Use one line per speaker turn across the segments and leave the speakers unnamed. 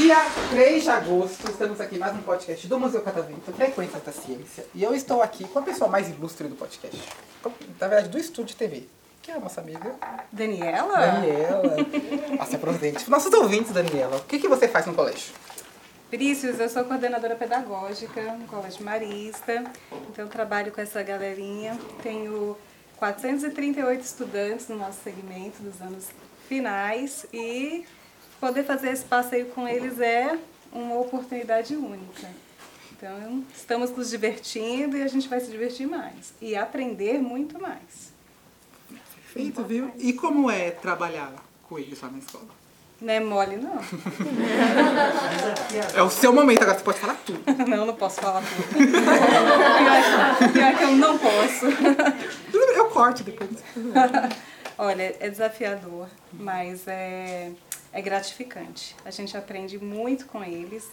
Dia 3 de agosto, estamos aqui em mais um podcast do Museu Catavento, Frequência da Ciência. E eu estou aqui com a pessoa mais ilustre do podcast. Na verdade, do estúdio TV. Que é a nossa amiga
Daniela?
Daniela. Nossa, aproveite. Nossos ouvintes, Daniela, o que, que você faz no colégio?
Vinícius, eu sou coordenadora pedagógica no Colégio Marista, então eu trabalho com essa galerinha. Tenho 438 estudantes no nosso segmento dos anos finais e poder fazer esse passeio com eles é uma oportunidade única. Então, estamos nos divertindo e a gente vai se divertir mais e aprender muito mais.
Perfeito, viu? E como é trabalhar com eles lá na escola?
Não é mole, não.
É o seu momento, agora você pode falar tudo.
Não, não posso falar tudo. pior, pior que eu não posso.
Eu corto depois.
Olha, é desafiador, mas é, é gratificante. A gente aprende muito com eles.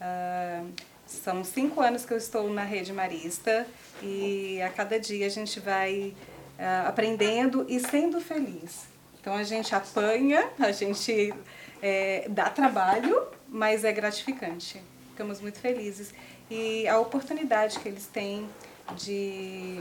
Ah, são cinco anos que eu estou na rede marista e a cada dia a gente vai ah, aprendendo e sendo feliz. Então a gente apanha, a gente é, dá trabalho, mas é gratificante. Ficamos muito felizes. E a oportunidade que eles têm de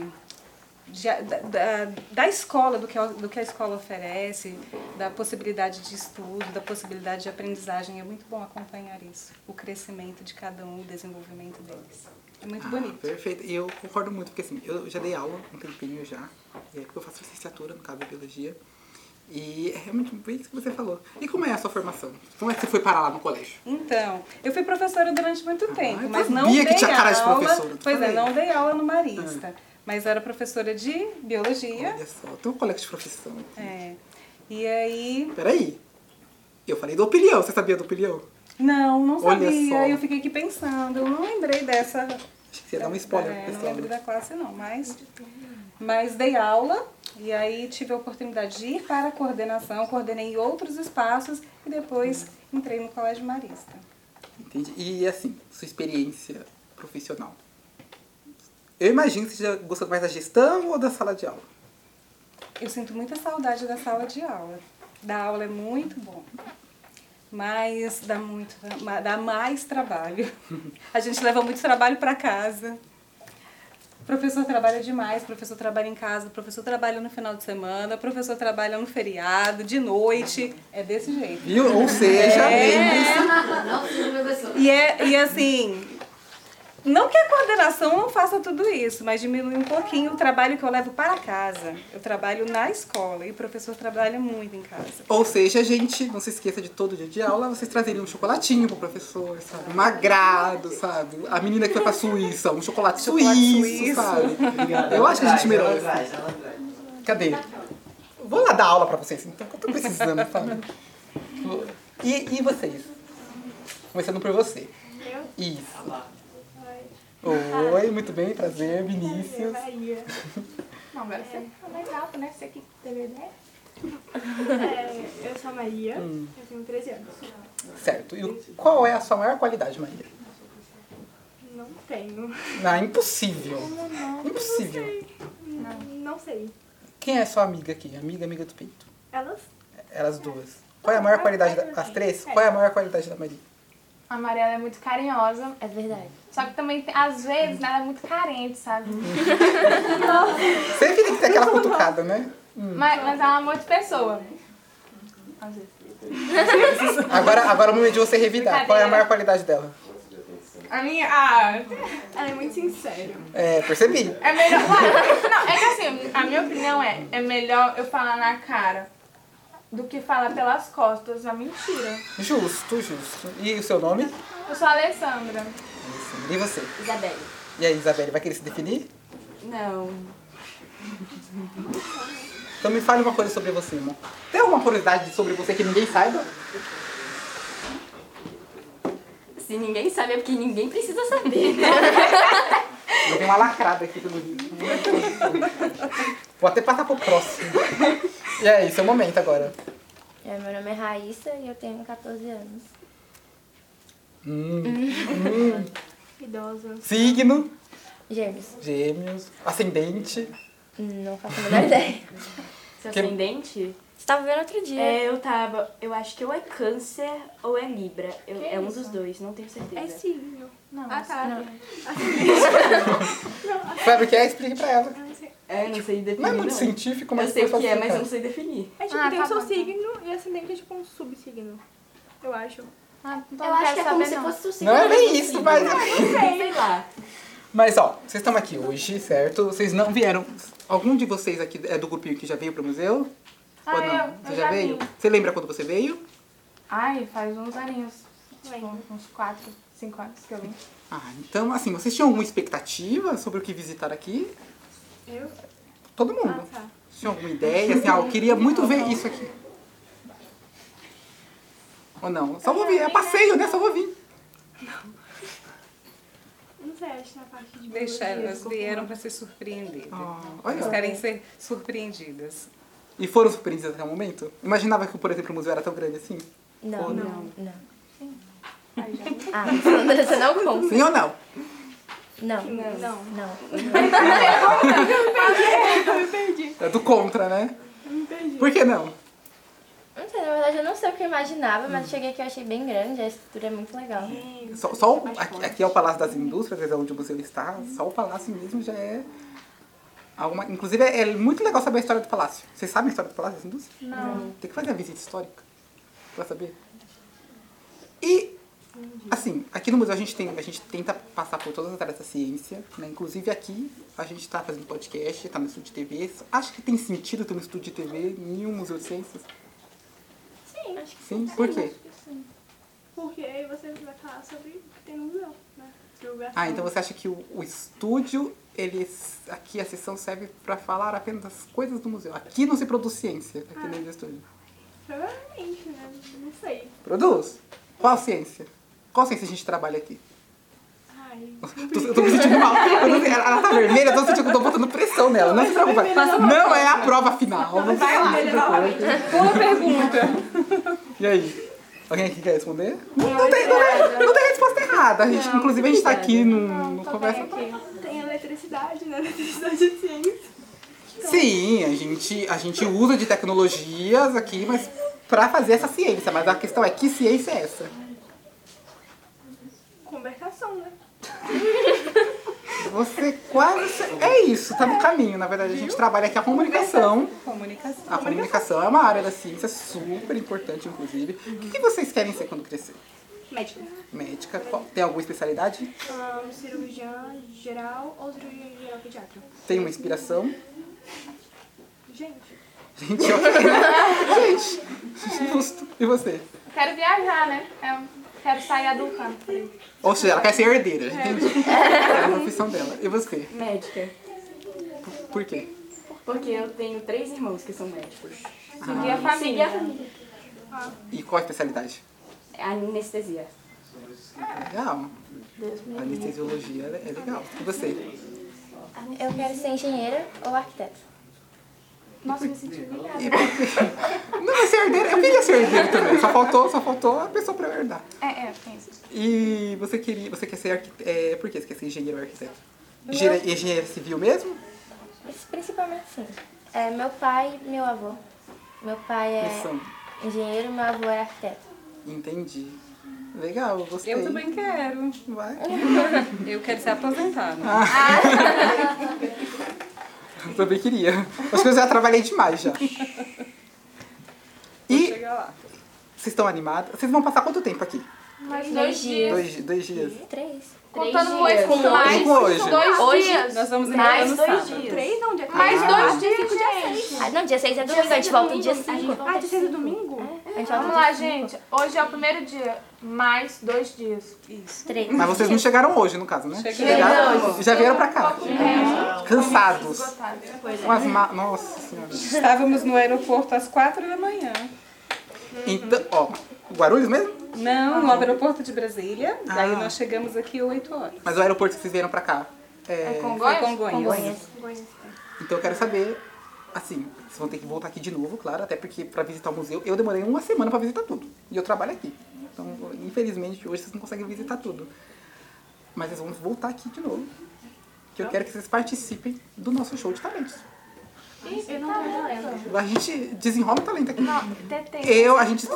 de- da, da, da escola, do que, a- do que a escola oferece, da possibilidade de estudo, da possibilidade de aprendizagem. É muito bom acompanhar isso, o crescimento de cada um, o desenvolvimento deles. É muito
Ah,
bonito.
perfeito. E eu concordo muito, porque assim, eu já dei aula um tempinho já. E é porque eu faço licenciatura, no caso de biologia. E é realmente bem isso que você falou. E como é a sua formação? Como é que você foi parar lá no colégio?
Então, eu fui professora durante muito tempo,
Ah, eu
mas
sabia
não dei
que tinha cara de
aula.
professora, tu
pois é,
falei.
não dei aula no Marista, mas era professora de biologia.
Olha só, tem um colega de profissão.
É. E aí,
Peraí. Eu falei do opinião, você sabia do opinião?
não, não
Olha só.
sabia. Eu fiquei aqui pensando, eu não lembrei dessa
Acho que você ia dar um spoiler
É,
pro
não
pessoal.
lembro
né?
da classe não, mas, mas dei aula e aí tive a oportunidade de ir para a coordenação, coordenei outros espaços e depois
Uhum.
entrei no Colégio Marista.
Entendi. E assim, sua experiência profissional. Eu imagino que você já gostou mais da gestão ou da sala de aula?
Eu sinto muita saudade da sala de aula. Da aula é muito bom. Mas dá muito, dá mais trabalho. A gente leva muito trabalho para casa. O professor trabalha demais, o professor trabalha em casa, o professor trabalha no final de semana, o professor trabalha no feriado, de noite. É desse jeito.
Viu? Ou seja,
É.
menos.
E, é, e assim, não que a coordenação não faça tudo isso, mas diminui um pouquinho o trabalho que eu levo para casa. Eu trabalho na escola e o professor trabalha muito em casa.
Ou seja, gente, não se esqueça de todo dia de aula, vocês trazerem um chocolatinho pro professor, sabe? Um agrado, sabe? A menina que foi pra Suíça, um chocolate,
Chocolate
suíço,
suíço.
sabe? Eu acho que a gente merece. Cadê? Vou lá dar aula pra vocês, então, que eu tô precisando, sabe? E, e vocês? Começando por você. Eu? Isso. Oi, muito bem, prazer, Vinícius.
É legal, né? Você que teve, né?
É, eu sou a Maria,
Hum.
eu tenho 13 anos.
Certo. E o- qual é a sua maior qualidade, Maria?
Não tenho.
Ah, impossível. Impossível.
Não, sei.
Quem é sua amiga aqui? Amiga, amiga do peito.
Elas?
Elas duas. Qual é a maior qualidade da, as três? Qual é a maior qualidade da Maria?
A Mariela é muito carinhosa. É verdade. Só que também, tem- às vezes, né, ela é muito carente, sabe?
Sempre tem que ter aquela cutucada, né?
Mas, mas ela é um amor de pessoa. Às vezes.
Agora, agora é o momento de você revidar. Qual é a maior qualidade dela?
A minha. Ah,
Ela é muito sincera.
É, percebi.
é melhor. Não, é que assim, a minha opinião é: é melhor eu falar na cara do que falar pelas costas. A mentira.
Justo, justo. E o seu nome?
Eu sou a Alessandra.
Isso. E você?
Isabelle.
E aí, Isabelle, vai querer se definir?
Não.
Então me fale uma coisa sobre você, irmão. Tem alguma curiosidade sobre você que ninguém saiba?
Se ninguém sabe, é porque ninguém precisa saber, né?
Eu tenho uma lacrada aqui pelo livro. Vou até passar pro próximo. E aí, seu momento agora.
É, meu nome é
Hum.
Raíssa e eu tenho 14 anos.
Idosa.
Signo,
Gêmeos.
gêmeos, ascendente.
Não faço a menor ideia.
Seu
Que-
ascendente?
Você tava vendo outro dia.
É, eu tava. Eu acho que ou é câncer ou é Libra. Eu- é um dos dois, não tenho certeza.
É signo.
Não,
é
Ah, tá.
Sabe o que é? Explique pra ela.
É, não sei definir.
Não é muito
não.
científico, mas
Eu sei o
foi
que é, mas eu não
facilitado.
sei definir.
É tipo,
Ah,
tem
tá
o seu
bom, tá.
signo e ascendente é tipo um subsigno. Eu acho.
Ah, então
Eu
não
acho
quero
que é
saber,
como se
não.
fosse o
Não é
nem
nem isso, mas.
Sei lá.
Mas ó, vocês estão aqui hoje, certo? Vocês não vieram. Algum de vocês aqui é do grupinho que já veio pro museu?
Ah,
Ou não?
eu-
você
eu
já
já
veio?
vim.
Você lembra quando você veio?
Ai, faz uns aninhos. Tipo,
Lembro.
uns 4, 5 anos que eu vim.
Ah, então assim, vocês tinham alguma expectativa sobre o que visitar aqui?
Eu?
Todo mundo.
Ah, tá.
Vocês tinham alguma ideia? Assim, ah, eu queria muito ver isso aqui. Ou não? Só vou vir. É passeio, né? Só vou vir.
Não sei, acho que na parte de
Deixar,
biologia,
elas
ficou
vieram para ser surpreendidas.
Ah,
Elas
olha.
querem ser surpreendidas.
E foram surpreendidas até o momento? Imaginava que, por exemplo, o museu era tão grande assim?
Não,
Ou
não, não. Ah, Sandra, você não conta.
Sim ou não?
Não,
com- Não.
não.
É do contra, né? Por que não?
Não sei, na verdade eu não sei o que eu imaginava,
Hum.
mas eu cheguei aqui e achei bem grande, a estrutura é muito legal.
Só, só o- aqui, aqui é o Palácio das Indústrias, é onde o museu está. Só o palácio mesmo já é. Alguma, inclusive, é, é muito legal saber a história do palácio. Vocês sabem a história do Palácio das Indústrias? Não. Tem que fazer a visita histórica pra saber. E, assim, aqui no museu a gente, tem, a gente tenta passar por todas as áreas da ciência, né? Inclusive aqui a gente tá fazendo podcast, tá no estúdio de TV. Acho que tem sentido ter um estúdio de TV em um museu de ciências?
Sim. Acho
Sim? Por quê?
Porque aí você vai falar sobre o que tem no museu, né? Divulgação.
Ah, então você acha que o, o estúdio, ele, aqui a sessão serve pra falar apenas das coisas do museu. Aqui não se produz ciência, aqui dentro do estúdio.
Provavelmente, né? Não sei.
Produz? Qual ciência? Qual ciência a gente trabalha aqui?
Ai,
Tô- Eu tô me sentindo mal. Eu não sei, ela, ela tá vermelha, eu tô sentindo que eu tô botando pressão nela. Não se preocupa. Não é a prova final. Não vai lá. se preocupa.
Boa pergunta.
E aí? Alguém aqui quer responder? Não, é não tem, não, tem- não tem resposta errada. A gente, inclusive, a gente tá aqui no, no Conversa
tem eletricidade, né? Eletricidade é ciência.
Então. Sim, a gente, a gente usa de tecnologias aqui, mas pra fazer essa ciência. Mas a questão é que ciência é essa?
Conversação, né?
Você quase. É isso, tá no caminho, na verdade. A gente trabalha aqui a comunicação.
Comunicação.
A comunicação é uma área da ciência super importante, inclusive. O que vocês querem ser quando crescer?
Médico.
Médica? Qual- Tem alguma especialidade?
Ahn, cirurgião geral ou cirurgião geral pediatra?
Tem uma inspiração?
Gente,
Gente, eu... gente, justo. E você?
Quero viajar, né? Eu quero sair adulcando.
Ou seja, ela quer ser herdeira, já entendi. É a profissão dela. E você?
Médica.
Por quê?
Porque eu tenho três irmãos que são médicos.
Ah. Seguir a família.
E qual a especialidade?
Anestesia.
Legal. Anestesiologia é é legal. E você?
Eu quero ser engenheira ou arquiteto.
Nossa, me senti humilhada.
E por quê? Não, mas ser herdeiro, eu queria ser herdeiro também. Só faltou, só faltou a pessoa pra eu herdar.
É, é, tem isso.
E você queria, você quer ser arquiteto? É, por que você quer ser engenheiro ou arquiteto? Engenheiro, engenheiro civil mesmo?
Mas Principalmente sim. É, meu pai e meu avô. Meu pai é
Missão.
engenheiro meu avô é arquiteto.
Entendi. Legal, eu gostei.
Eu também quero.
Vai.
Eu quero ser aposentada.
Eu também queria. Acho que eu já trabalhei demais já.
Vou
E
chegar lá.
vocês estão animados? Vocês vão passar quanto tempo aqui?
Mais
Dois
dois
dias.
dias.
Dois, dois dias?
Três.
Contando hoje com mais.
Com hoje.
Dois
Hoje,
dias.
Nós vamos embora no
Mais dois
sábado.
dias.
três não, dia quatro.
Mais dois dias, gente.
Ah, não, dia seis é domingo,
seis
a gente
é
volta
domingo,
dia
a gente
cinco.
volta
Ah, dia 6 é domingo?
A gente volta
Vamos
dia
lá,
cinco.
gente. Hoje é o primeiro dia. Mais dois dias.
Isso.
Três.
Mas vocês não chegaram hoje, no caso, né?
Chegamos.
Chegaram, já vieram pra cá.
Copo médio.
Cansados.
Esgotado.
Com as ma... Nossa senhora.
Estávamos no aeroporto às quatro da manhã.
Então, ó, Guarulhos mesmo?
Não, no aeroporto de Brasília. Daí
Ah.
nós chegamos aqui oito horas.
Mas o aeroporto que vocês vieram pra cá. É...
É
Foi
Congonhas?
Congonhas.
Congonhas.
Então eu quero saber, assim, vocês vão ter que voltar aqui de novo, claro, até porque pra visitar o museu eu demorei uma semana pra visitar tudo. E eu trabalho aqui. Então, infelizmente, hoje vocês não conseguem visitar tudo. Mas nós vamos voltar aqui de novo. Que eu quero que vocês participem do nosso show de talentos.
Eu não tô lendo.
A gente desenrola o talento aqui.
Não, detém.
Eu, a gente.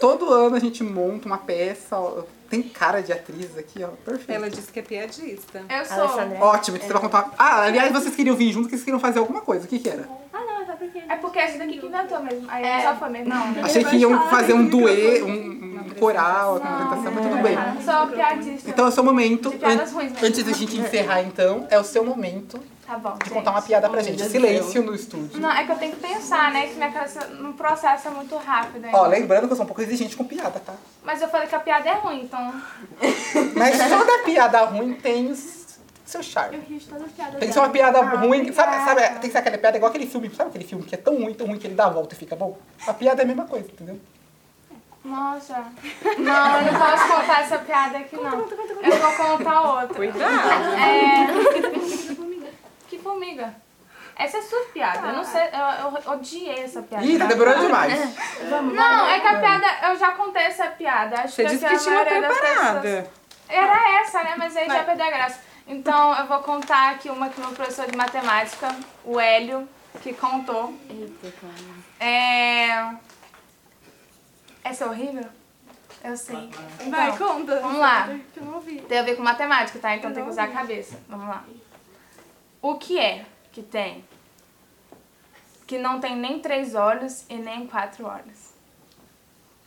Todo ano a gente monta uma peça. ó, Tem cara de atriz aqui, ó. Perfeito.
Ela disse que é piadista.
Eu sou.
Alessandra.
Ótimo, que você vai contar. Ah, aliás, vocês queriam vir junto que vocês queriam fazer alguma coisa. O que que era?
Ah, não, é só porque.
É porque essa daqui que inventou mesmo. Aí só foi mesmo. Não,
Achei que iam fazer um duê, um, um coral, uma apresentação, mas tudo bem.
sou piadista.
Então é o seu momento.
De piadas ruins, né?
Antes da gente encerrar, então, é o seu momento
Tá bom.
de
gente.
contar uma piada pra gente. Silêncio no estúdio.
Não, é que eu tenho que pensar, né? Que minha cabeça não processa muito rápido.
É.
ainda.
Ó, lembrando que eu sou um pouco exigente com piada, tá?
Mas eu falei que a piada é ruim, então.
Mas toda piada ruim tem os- seu charme.
Eu ri de todas as piadas.
Tem que ser
dela. Ah,
uma piada ruim, sabe, sabe? Tem que ser aquela piada igual aquele filme, sabe aquele filme que é tão ruim, tão ruim que ele dá a volta e fica bom? A piada é a mesma coisa, entendeu?
Nossa. Não, eu não posso contar essa piada aqui, não. Eu vou contar outra.
Cuidado!
É. Que formiga. Essa é sua piada. Eu não sei. Eu, eu odiei essa piada.
Ih, tá demorando demais.
Não, é que a piada. Eu já contei essa piada. Acho
Você
que
disse
a
que tinha uma
maioria das pessoas-
preparada.
Era essa, né? Mas aí já perdeu a graça. Então eu vou contar aqui uma que meu professor de matemática, o Hélio, que contou.
Eita, cara.
É. Essa é horrível? Eu sei.
Vai,
Então.
conta.
Vamos lá.
Que eu não ouvi.
Tem a ver com matemática, tá? Então tem que usar a cabeça. Vamos lá. O que é que tem? Que não tem nem três olhos e nem quatro olhos.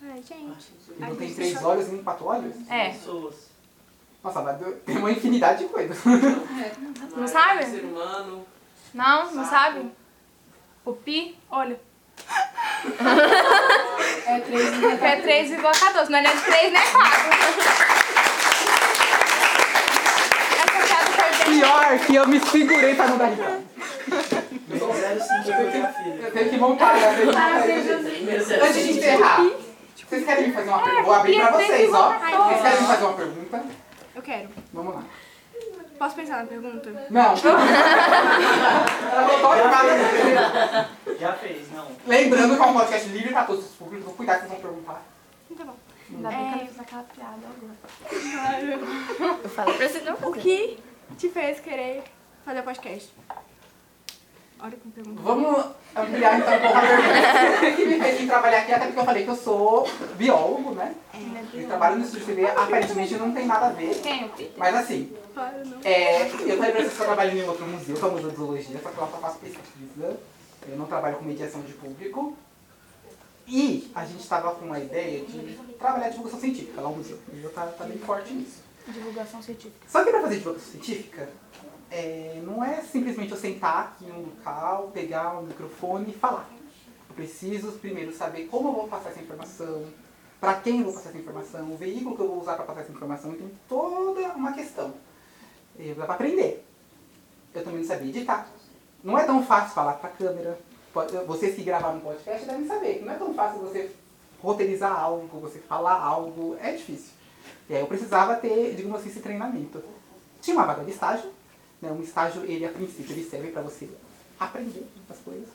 Ai, gente.
Não tem três olhos nem quatro olhos?
É.
Pessoas.
Nossa, mas tem uma infinidade de coisas.
Não sabe?
Ser humano.
Não? Não sabe? O pi, olho. É 3,14. Não é nem de 3, nem 4. Essa piada foi bem.
Pior que eu me segurei pra não dar risada.
Primeiro zero, sim, minha filha.
Eu tenho que montar. né? Eu tenho que-
Primeiro zero,
Antes de
sim.
encerrar, vocês querem me fazer uma pergunta? Vou abrir pra vocês, ó. Vocês querem me fazer uma pergunta?
Eu quero.
Vamos lá.
Posso pensar na pergunta?
Não. Ela botou a cara dele.
Já fez, não.
Lembrando que é um podcast livre pra todos os públicos. Vou cuidar que vocês vão perguntar.
Tá bom.
Ainda bem que eu não fiz aquela piada agora.
Eu falei pra você não
O
fazer.
que te fez querer fazer podcast? Olha como pergunta.
Vamos ampliar então um pouco a pergunta. que me fez vir trabalhar aqui, até porque eu falei que eu sou biólogo, né? Eu trabalho no estúdio de TV, aparentemente não tem nada a ver.
Quem? O pi?
Mas assim,
Claro, não.
É, eu falei pra vocês que eu trabalho em outro museu, que é o Museu de Zoologia, só que lá eu só faço pesquisa. Eu não trabalho com mediação de público. E a gente estava com a ideia de trabalhar divulgação científica lá no museu. O museu tá, tá bem forte nisso.
Divulgação científica.
Só que pra fazer divulgação científica, é, não é simplesmente eu sentar aqui em um local, pegar um microfone e falar. Eu preciso primeiro saber como eu vou passar essa informação, para quem eu vou passar essa informação, o veículo que eu vou usar para passar essa informação, tem toda uma questão. Eu dá pra aprender. Eu também não sabia editar. Não é tão fácil falar pra câmera. Pode- Vocês que gravaram um podcast devem saber. Não é tão fácil você roteirizar algo, você falar algo. É difícil. E aí eu precisava ter, digamos assim, esse treinamento. Tinha uma vaga de estágio. Né? Um estágio, ele a princípio, ele serve pra você aprender as coisas.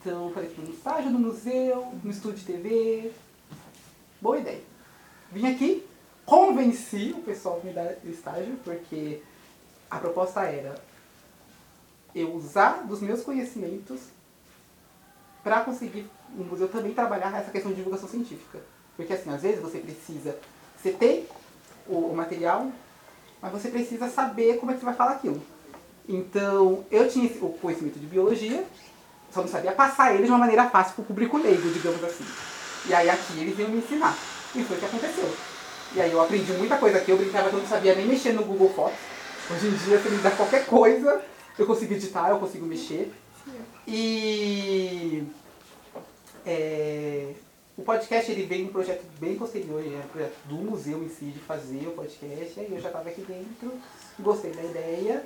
Então eu falei, um estágio no museu, no estúdio de TV. Boa ideia. Vim aqui, convenci o pessoal a me dar o estágio, porque a proposta era eu usar dos meus conhecimentos para conseguir no museu também trabalhar essa questão de divulgação científica. Porque assim, às vezes você precisa, você tem o, o material, mas você precisa saber como é que você vai falar aquilo. Então, eu tinha esse- o conhecimento de biologia, só não sabia passar ele de uma maneira fácil para o público leigo, digamos assim. E aí aqui eles iam me ensinar. E foi o que aconteceu. E aí eu aprendi muita coisa aqui, eu brincava que eu não sabia nem mexer no Google Fotos. Hoje em dia, se me dá qualquer coisa, eu consigo editar, eu consigo mexer. E é, o podcast ele veio um projeto bem posterior, era um projeto do museu em si de fazer o podcast, aí eu já estava aqui dentro, gostei da ideia,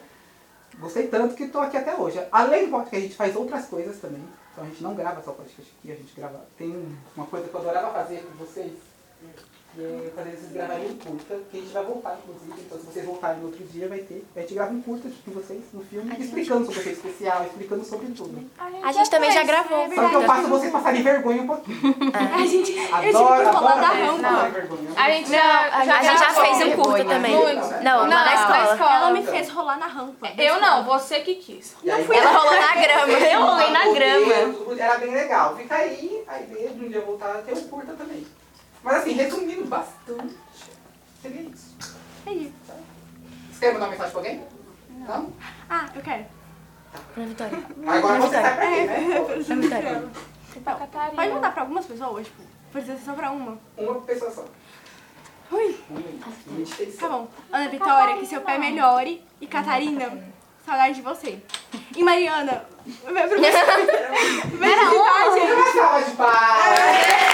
gostei tanto que estou aqui até hoje. Além do podcast, a gente faz outras coisas também. Então a gente não grava só podcast aqui, a gente grava. Tem uma coisa que eu adorava fazer com vocês, E aí, eu falei pra vocês gravarem um curta, que a gente vai voltar, inclusive. Então, se vocês voltarem no outro dia, vai ter. A gente grava um curta de vocês, no filme, explicando sobre o efeito especial, explicando sobre tudo.
Ah,
A gente também já
É
gravou.
Só que eu faço vocês passarem vergonha um pouquinho.
É.
A gente.
Adoro, adoro.
da
vocês
rampa.
passarem vergonha.
A gente já,
A gente já
gravou.
fez um curto também.
Muito. Não, É,
Não, lá na escola.
Ela me fez rolar na rampa.
Eu não, você que quis.
E aí,
Ela rolou na grama.
Eu
rolei na grama.
Era bem legal. Fica aí, a ideia de um dia voltar a ter um curta também. Mas assim, resumindo bastante, seria isso.
É isso.
Você quer mandar uma mensagem pra alguém? Não?
Ah, eu quero.
Pra Vitória.
Agora você sai pra quê, né?
Pra Vitória.
Então, pode mandar pra algumas pessoas, tipo, precisa ser só pra uma.
Uma pessoa só.
Ui,
Hum, gente,
tá bom. Ana Vitória, que seu pé é melhore. E Catarina, saudade de você. E
um.
Mariana, minha primeira
Uma sala de paz!